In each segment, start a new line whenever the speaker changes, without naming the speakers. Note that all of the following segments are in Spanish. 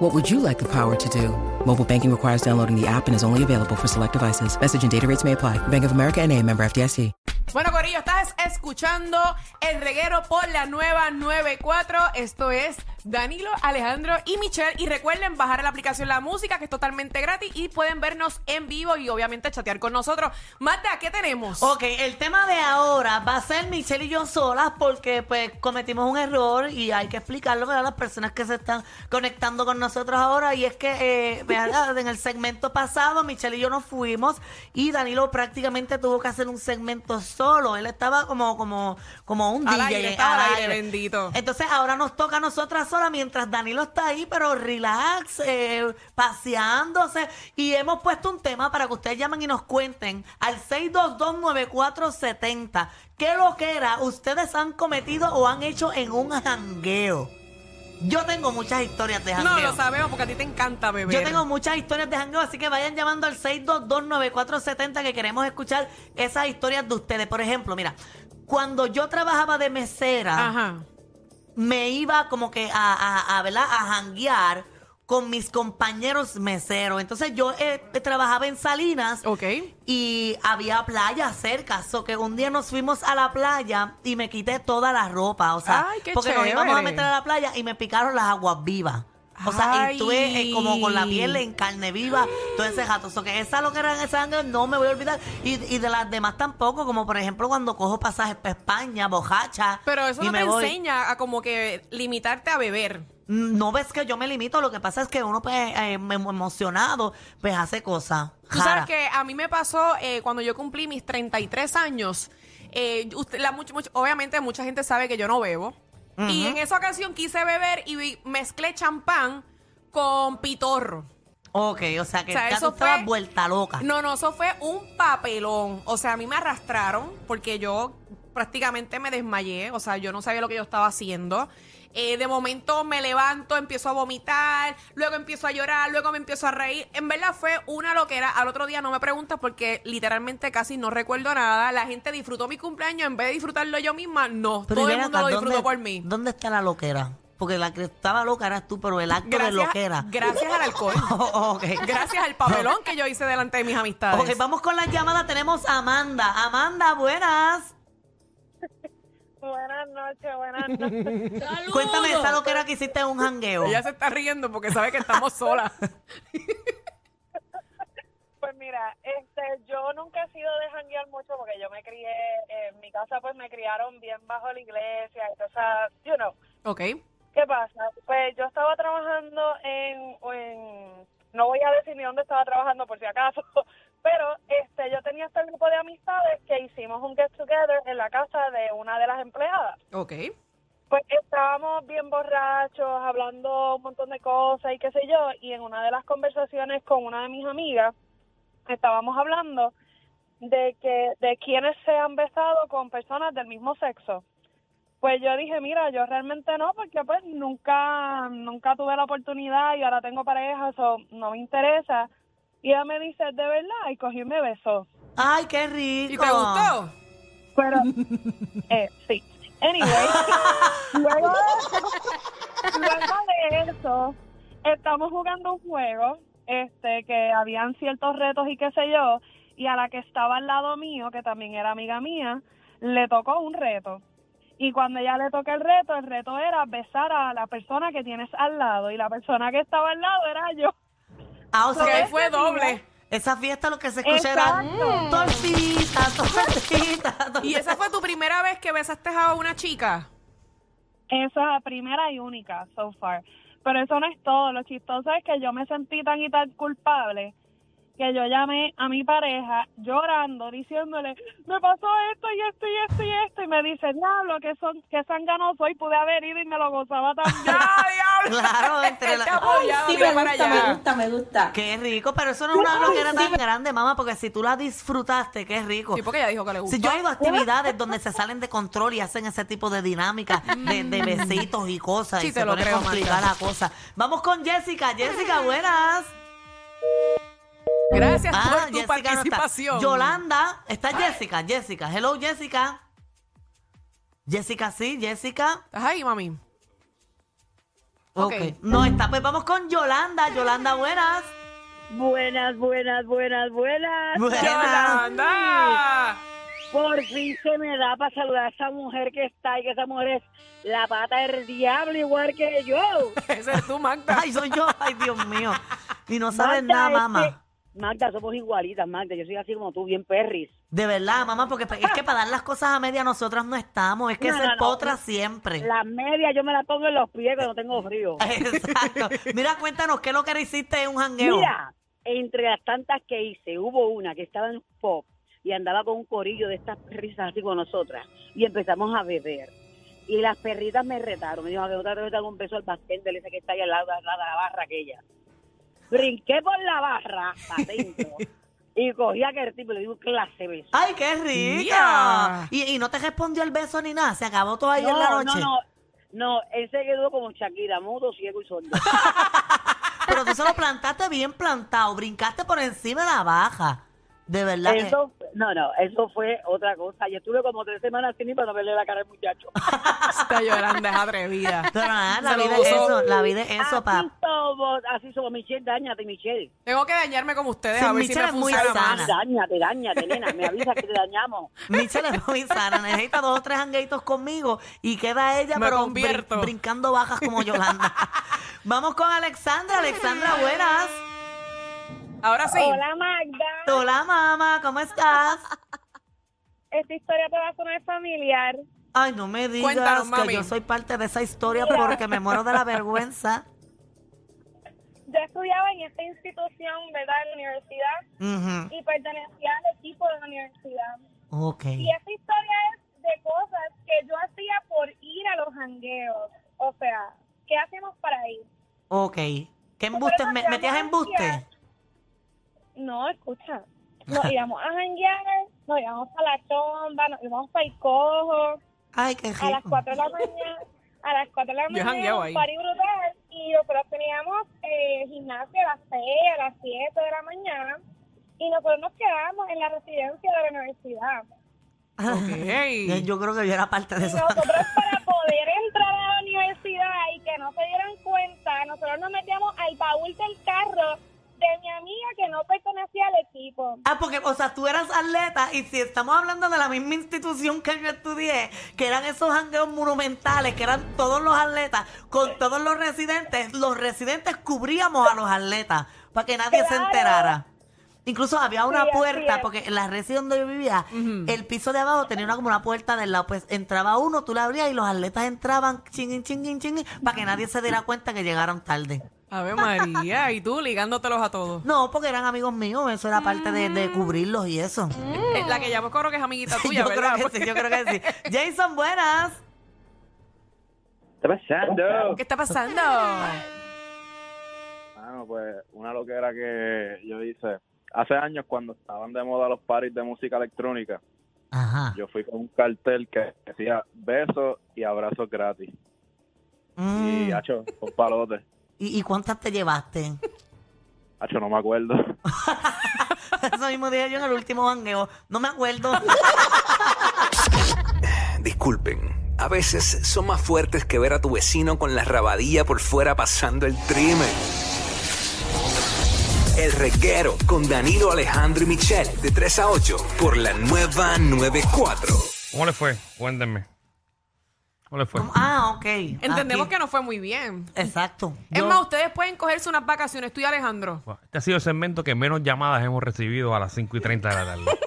What would you like the power to do? Mobile banking requires downloading the app and is only available for select devices. Message and data rates may apply. Bank of America and a member FDIC.
Bueno, Corillo, estás escuchando El Reguero por la nueva 94. Esto es Danilo, Alejandro y Michelle. Y recuerden bajar la aplicación La Música, que es totalmente gratis. Y pueden vernos en vivo y obviamente chatear con nosotros. Marta, ¿qué tenemos?
Ok, el tema de ahora va a ser Michelle y yo solas porque pues cometimos un error y hay que explicarlo ¿verdad? a las personas que se están conectando con nosotros ahora y es que eh, ¿verdad? en el segmento pasado Michelle y yo nos fuimos y Danilo prácticamente tuvo que hacer un segmento solo, él estaba como como como un
Al
DJ
aire, estaba
al
al aire, bendito.
Entonces ahora nos toca a nosotras solas mientras Danilo está ahí, pero relax, eh, paseándose. Y hemos puesto un tema para que ustedes llamen y nos cuenten al 6229470. ¿Qué lo que era ustedes han cometido o han hecho en un jangueo? Yo tengo muchas historias de jangueo.
no lo sabemos porque a ti te encanta beber.
Yo tengo muchas historias de jangueo, así que vayan llamando al 6229470 que queremos escuchar esas historias de ustedes. Por ejemplo, mira, cuando yo trabajaba de mesera
Ajá.
me iba como que a, a, a, ¿verdad? a janguear con mis compañeros meseros. Entonces yo eh, trabajaba en Salinas
Ok.
y había playa cerca. So que un día nos fuimos a la playa y me quité toda la ropa. O sea,
Ay, qué
porque nos íbamos a
chévere.
meter a la playa y me picaron las aguas vivas. O sea,
Ay.
y estuve eh, como con la piel en carne viva todo ese rato. So que esa lo que eran esas jangueos no me voy a olvidar. Y, y de las demás tampoco, como por ejemplo cuando cojo pasajes para España, bojacha.
Pero eso
y
no
me
te
voy.
enseña a como que limitarte a beber.
Mm, No ves que yo me limito, lo que pasa es que uno pues eh, em- emocionado pues hace cosas.
Tú
raras.
sabes que a mí me pasó eh, cuando yo cumplí mis 33 años. eh, usted- la much- much- obviamente mucha gente sabe que yo no bebo. Y en esa ocasión quise beber y vi- mezclé champán con pitorro.
Ok, o sea que
O sea,
ya tú
eso
estabas
fue-
vuelta loca.
No, no, eso fue un papelón. O sea, a mí me arrastraron porque yo prácticamente me desmayé. O sea, yo no sabía lo que yo estaba haciendo. Eh, de momento me levanto, empiezo a vomitar, luego empiezo a llorar, luego me empiezo a reír. En verdad fue una loquera. Al otro día no me preguntas porque literalmente casi no recuerdo nada. La gente disfrutó mi cumpleaños en vez de disfrutarlo yo misma. No,
Pero
todo
y
el
ven
mundo
acá,
lo disfrutó
¿dónde-
por mí.
¿Dónde está la loquera? Porque la que estaba loca eras tú, pero el acto de loquera.
gracias al alcohol.
Oh, ok.
gracias al papelón que yo hice delante de mis amistades.
Ok, vamos con las llamadas. Tenemos a Amanda. Amanda, buenas.
Buenas noches, buenas noches.
Cuéntame esa loquera que hiciste en un jangueo.
Ella se está riendo porque sabe que estamos solas.
Pues mira, este, yo nunca he sido de janguear mucho porque yo me crié, eh, en mi casa pues me criaron bien bajo la iglesia, entonces, you know,
ok.
¿qué pasa? Pues yo estaba trabajando en, en- no voy a decir ni dónde estaba trabajando por si acaso, pero este, yo tenía este grupo de amistades que hicimos un get together en la casa de una de las empleadas.
Ok.
Pues estábamos bien borrachos, hablando un montón de cosas y qué sé yo, y en una de las conversaciones con una de mis amigas estábamos hablando de que de quienes se han besado con personas del mismo sexo. Pues yo dije, mira, yo realmente no, porque pues nunca nunca tuve la oportunidad y ahora tengo pareja, so no me interesa. Y ella me dice, de verdad, y cogí y me besó.
Ay, qué rico.
¿Y te gustó?
Pero, eh, sí. Anyway, luego, luego de eso, estamos jugando un juego este que habían ciertos retos y qué sé yo, y a la que estaba al lado mío, que también era amiga mía, le tocó un reto. Y cuando ella le toca el reto, el reto era besar a la persona que tienes al lado, y la persona que estaba al lado era yo.
Ah, o sea,
Porque
que
ahí fue doble.
Esa fiesta lo que se escucha era
Exacto.
mm, tortita, tortita, tortita.
¿Y esa fue tu primera vez que besaste a una chica?
Esa es la primera y única, so far. Pero eso no es todo. Lo chistoso es que yo me sentí tan y tan culpable que yo llamé a mi pareja llorando, diciéndole, me pasó esto y esto y esto y esto, y me dice, diablo, que son, que sangano soy, pude haber ido y me lo gozaba también.
Claro, entre la-
Sí, me gusta, me gusta, me gusta.
Qué rico, pero eso no es una bloquera tan grande, mamá, porque si tú la disfrutaste, qué rico.
Sí, porque ella dijo que le gustó.
Si yo he ido a actividades donde se salen de control y hacen ese tipo de dinámicas, de, de besitos y cosas,
Mm. Sí,
y
te
se
lo
pone
creo,
complicada la cosa. Vamos con Jessica. Jessica, buenas.
Gracias
Ah,
por tu
Jessica no está.
participación.
Yolanda, está Jessica, Jessica. Hello, Jessica. Jessica, sí, Jessica.
¿Estás ahí, mami?
Ok.
Ok.
No está, pues vamos con Yolanda. Yolanda, buenas.
Buenas, buenas, buenas, buenas.
¡Yolanda!
Por fin se me da para saludar a esa mujer que está y que esa mujer es la pata del diablo igual que yo.
Ese es tu Magda.
Ay, soy yo. Ay, Dios mío. Y no sabes
Magda,
nada,
es
mamá.
que- Magda, somos igualitas, Magda. Yo soy así como tú, bien perris.
De verdad, mamá, porque es que para dar las cosas a media nosotras no estamos. Es que
No,
se
no, no.
potra siempre.
Las medias yo me las pongo en los pies cuando tengo frío.
Exacto. Mira, cuéntanos, ¿qué lo que hiciste en un jangueo?
Mira, entre las tantas que hice, hubo una que estaba en pop y andaba con un corillo de estas perritas así con nosotras y empezamos a beber. Y las perritas me retaron. Me dijo, que otra vez te hago un beso al bartender ese que está ahí al lado, al lado de la barra aquella. Brinqué por la barra para adentro y cogí a aquel tipo y le di un clase beso.
Ay, qué
Ya.
rica. Y, y no te respondió el beso ni nada, se acabó todo ahí en la
No, no,
noche.
no. No, él se quedó como Shakira, mudo, ciego y sordo.
Pero tú se lo plantaste bien plantado, brincaste por encima de la baja. De verdad. que-
Eso, no, no, eso fue otra cosa. Y estuve como tres semanas sin ir para no verle la cara al muchacho.
Esta Yolanda es atrevida.
Pero nada, la
Se lo
vida es
gozó.
eso, la vida es eso,
así
papá.
somos, así somos, Michelle, dañate, Michelle.
Tengo que dañarme como ustedes
Sí,
a ver
Michelle
si
es
me
muy
funciona
sana.
más.
Dañate, dañate, nena, me avisa que te dañamos.
Michelle es muy sana, necesita dos o tres jangueitos conmigo y queda ella,
Me
pero brin-
convierto.
brincando bajas como Yolanda. Vamos con Alexandra. Alexandra, buenas.
Ahora sí.
Hola, Magda.
Hola, mamá, ¿cómo estás?
Esta historia te va a sonar familiar.
Ay, no me digas
Cuéntanos,
que
mami.
yo soy parte de esa historia porque me muero de la vergüenza.
Yo estudiaba en esta institución, ¿verdad?, en la universidad,
Ujú,
y pertenecía al equipo de la universidad.
Ok.
Y esa historia es de cosas que yo hacía por ir a los jangueos. O sea, ¿qué hacemos para ir?
Ok. ¿Qué embustes? ¿Me, ¿Metías embuste?
No, escucha. Nos íbamos a janguear, nos íbamos a la chomba, nos íbamos para el cojo.
Ay, qué rico.
a las 4 de la mañana, a las 4 de la
Yo jangueo
mañana,
ahí.
un party brutal, y nosotros teníamos eh, gimnasia a las 6, a las 7 de la mañana, y nosotros nos quedábamos en la residencia de la universidad.
Ok.
Yo creo que yo era parte de
Y
eso.
nosotros para poder entrar a la universidad y que no se dieran cuenta, nosotros nos metíamos al baúl del carro de mi amiga que no pertenecía al equipo.
Ah, porque, o sea, tú eras atleta y si estamos hablando de la misma institución que yo estudié, que eran esos hangueos monumentales, que eran todos los atletas con todos los residentes, los residentes cubríamos a los atletas para que nadie se
Claro.
enterara. Incluso había una
Sí, así
puerta,
es.
porque en la residencia donde yo vivía,
Ujú.
el piso de abajo tenía una, como una puerta del lado, pues entraba uno, tú la abrías y los atletas entraban chinguin, chinguin, chinguin, para que nadie se diera cuenta que llegaron tarde.
Ave María, y tú ligándotelos a todos.
No, porque eran amigos míos, eso era parte de,
Ah.
de cubrirlos y eso.
Eh, La que llamó Coro que es amiguita tuya,
yo
¿verdad?
creo que sí, yo creo que sí. Jason, buenas.
está pasando?
¿Qué está pasando?
Bueno, pues una loquera que yo hice. Hace años, cuando estaban de moda los paris de música electrónica,
Ajá.
yo fui con un cartel que decía besos y abrazos gratis.
Mm.
Y, hacho, con palotes.
¿Y, y cuántas te llevaste?
Hacho, no me acuerdo.
Eso mismo dije yo en el último jangueo. No me acuerdo.
Disculpen, a veces son más fuertes que ver a tu vecino con la rabadilla por fuera pasando el trimen. El reguero con Danilo Alejandro y Michel de 3 a 8 por la nueva 94.
¿Cómo le fue? Cuéntenme. ¿Cómo le fue?
¿Cómo? ah, ok.
Entendemos
Aquí.
que no fue muy bien.
Exacto.
Es
Yo-
más, ustedes pueden cogerse unas vacaciones. Tú y Alejandro.
Este ha sido el segmento que menos llamadas hemos recibido a las 5 y 30 de la tarde.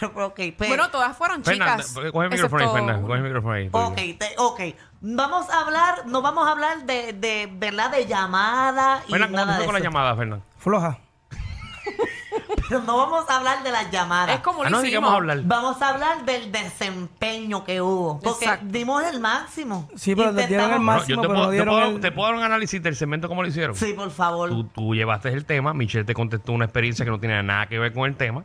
pero, ok, pues, pero-
Bueno, todas fueron
Pues, Fernanda, pues,
chicas.
coge el micrófono ahí,
excepto-
Fernanda. Coge el micrófono ahí.
Ok, te- ok. Vamos a hablar, no vamos a hablar de, de ¿verdad? De llamada y
Fernanda, ¿cómo te
nada
fue
de
con la
eso.
llamada, Fernanda?
Floja.
Pero no vamos a hablar de las llamadas.
Es como
Ah,
lo
no,
hicimos.
digamos hablar.
Vamos a hablar del desempeño que hubo. Porque
Exacto.
dimos el máximo.
Sí, pero le dieron el
Intentamos-
No,
máximo,
yo te
pero
puedo,
no
te
dieron
puedo-
el-
te puedo dar un análisis del segmento como lo hicieron.
Sí, por favor.
Tú, tú llevaste el tema, Michelle te contestó una experiencia que no tiene nada que ver con el tema.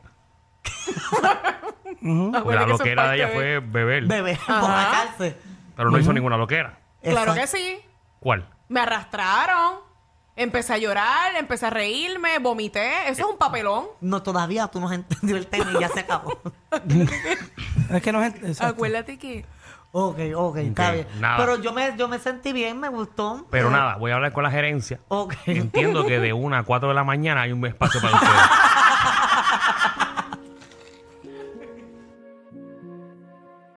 Acuérdate
la
Ah, que eso es
loquera de
parte
ella fue beber,
Bebé,
Ajá.
emborracharse.
pero no hizo ninguna loquera.
Claro
Exacto.
que sí.
¿Cuál?
Me arrastraron. Empecé a llorar, empecé a reírme, vomité. Eso es un papelón.
No, todavía tú no has entendido el tema y ya se acabó.
Es que no es... exacto.
Acuérdate que...
ok, ok, está
Ok,
bien.
nada.
Pero yo me, yo me sentí bien, me gustó.
Pero nada, voy a hablar con la gerencia.
Ah. Ok.
Entiendo que de 1 a 4 de la mañana hay un espacio para ustedes.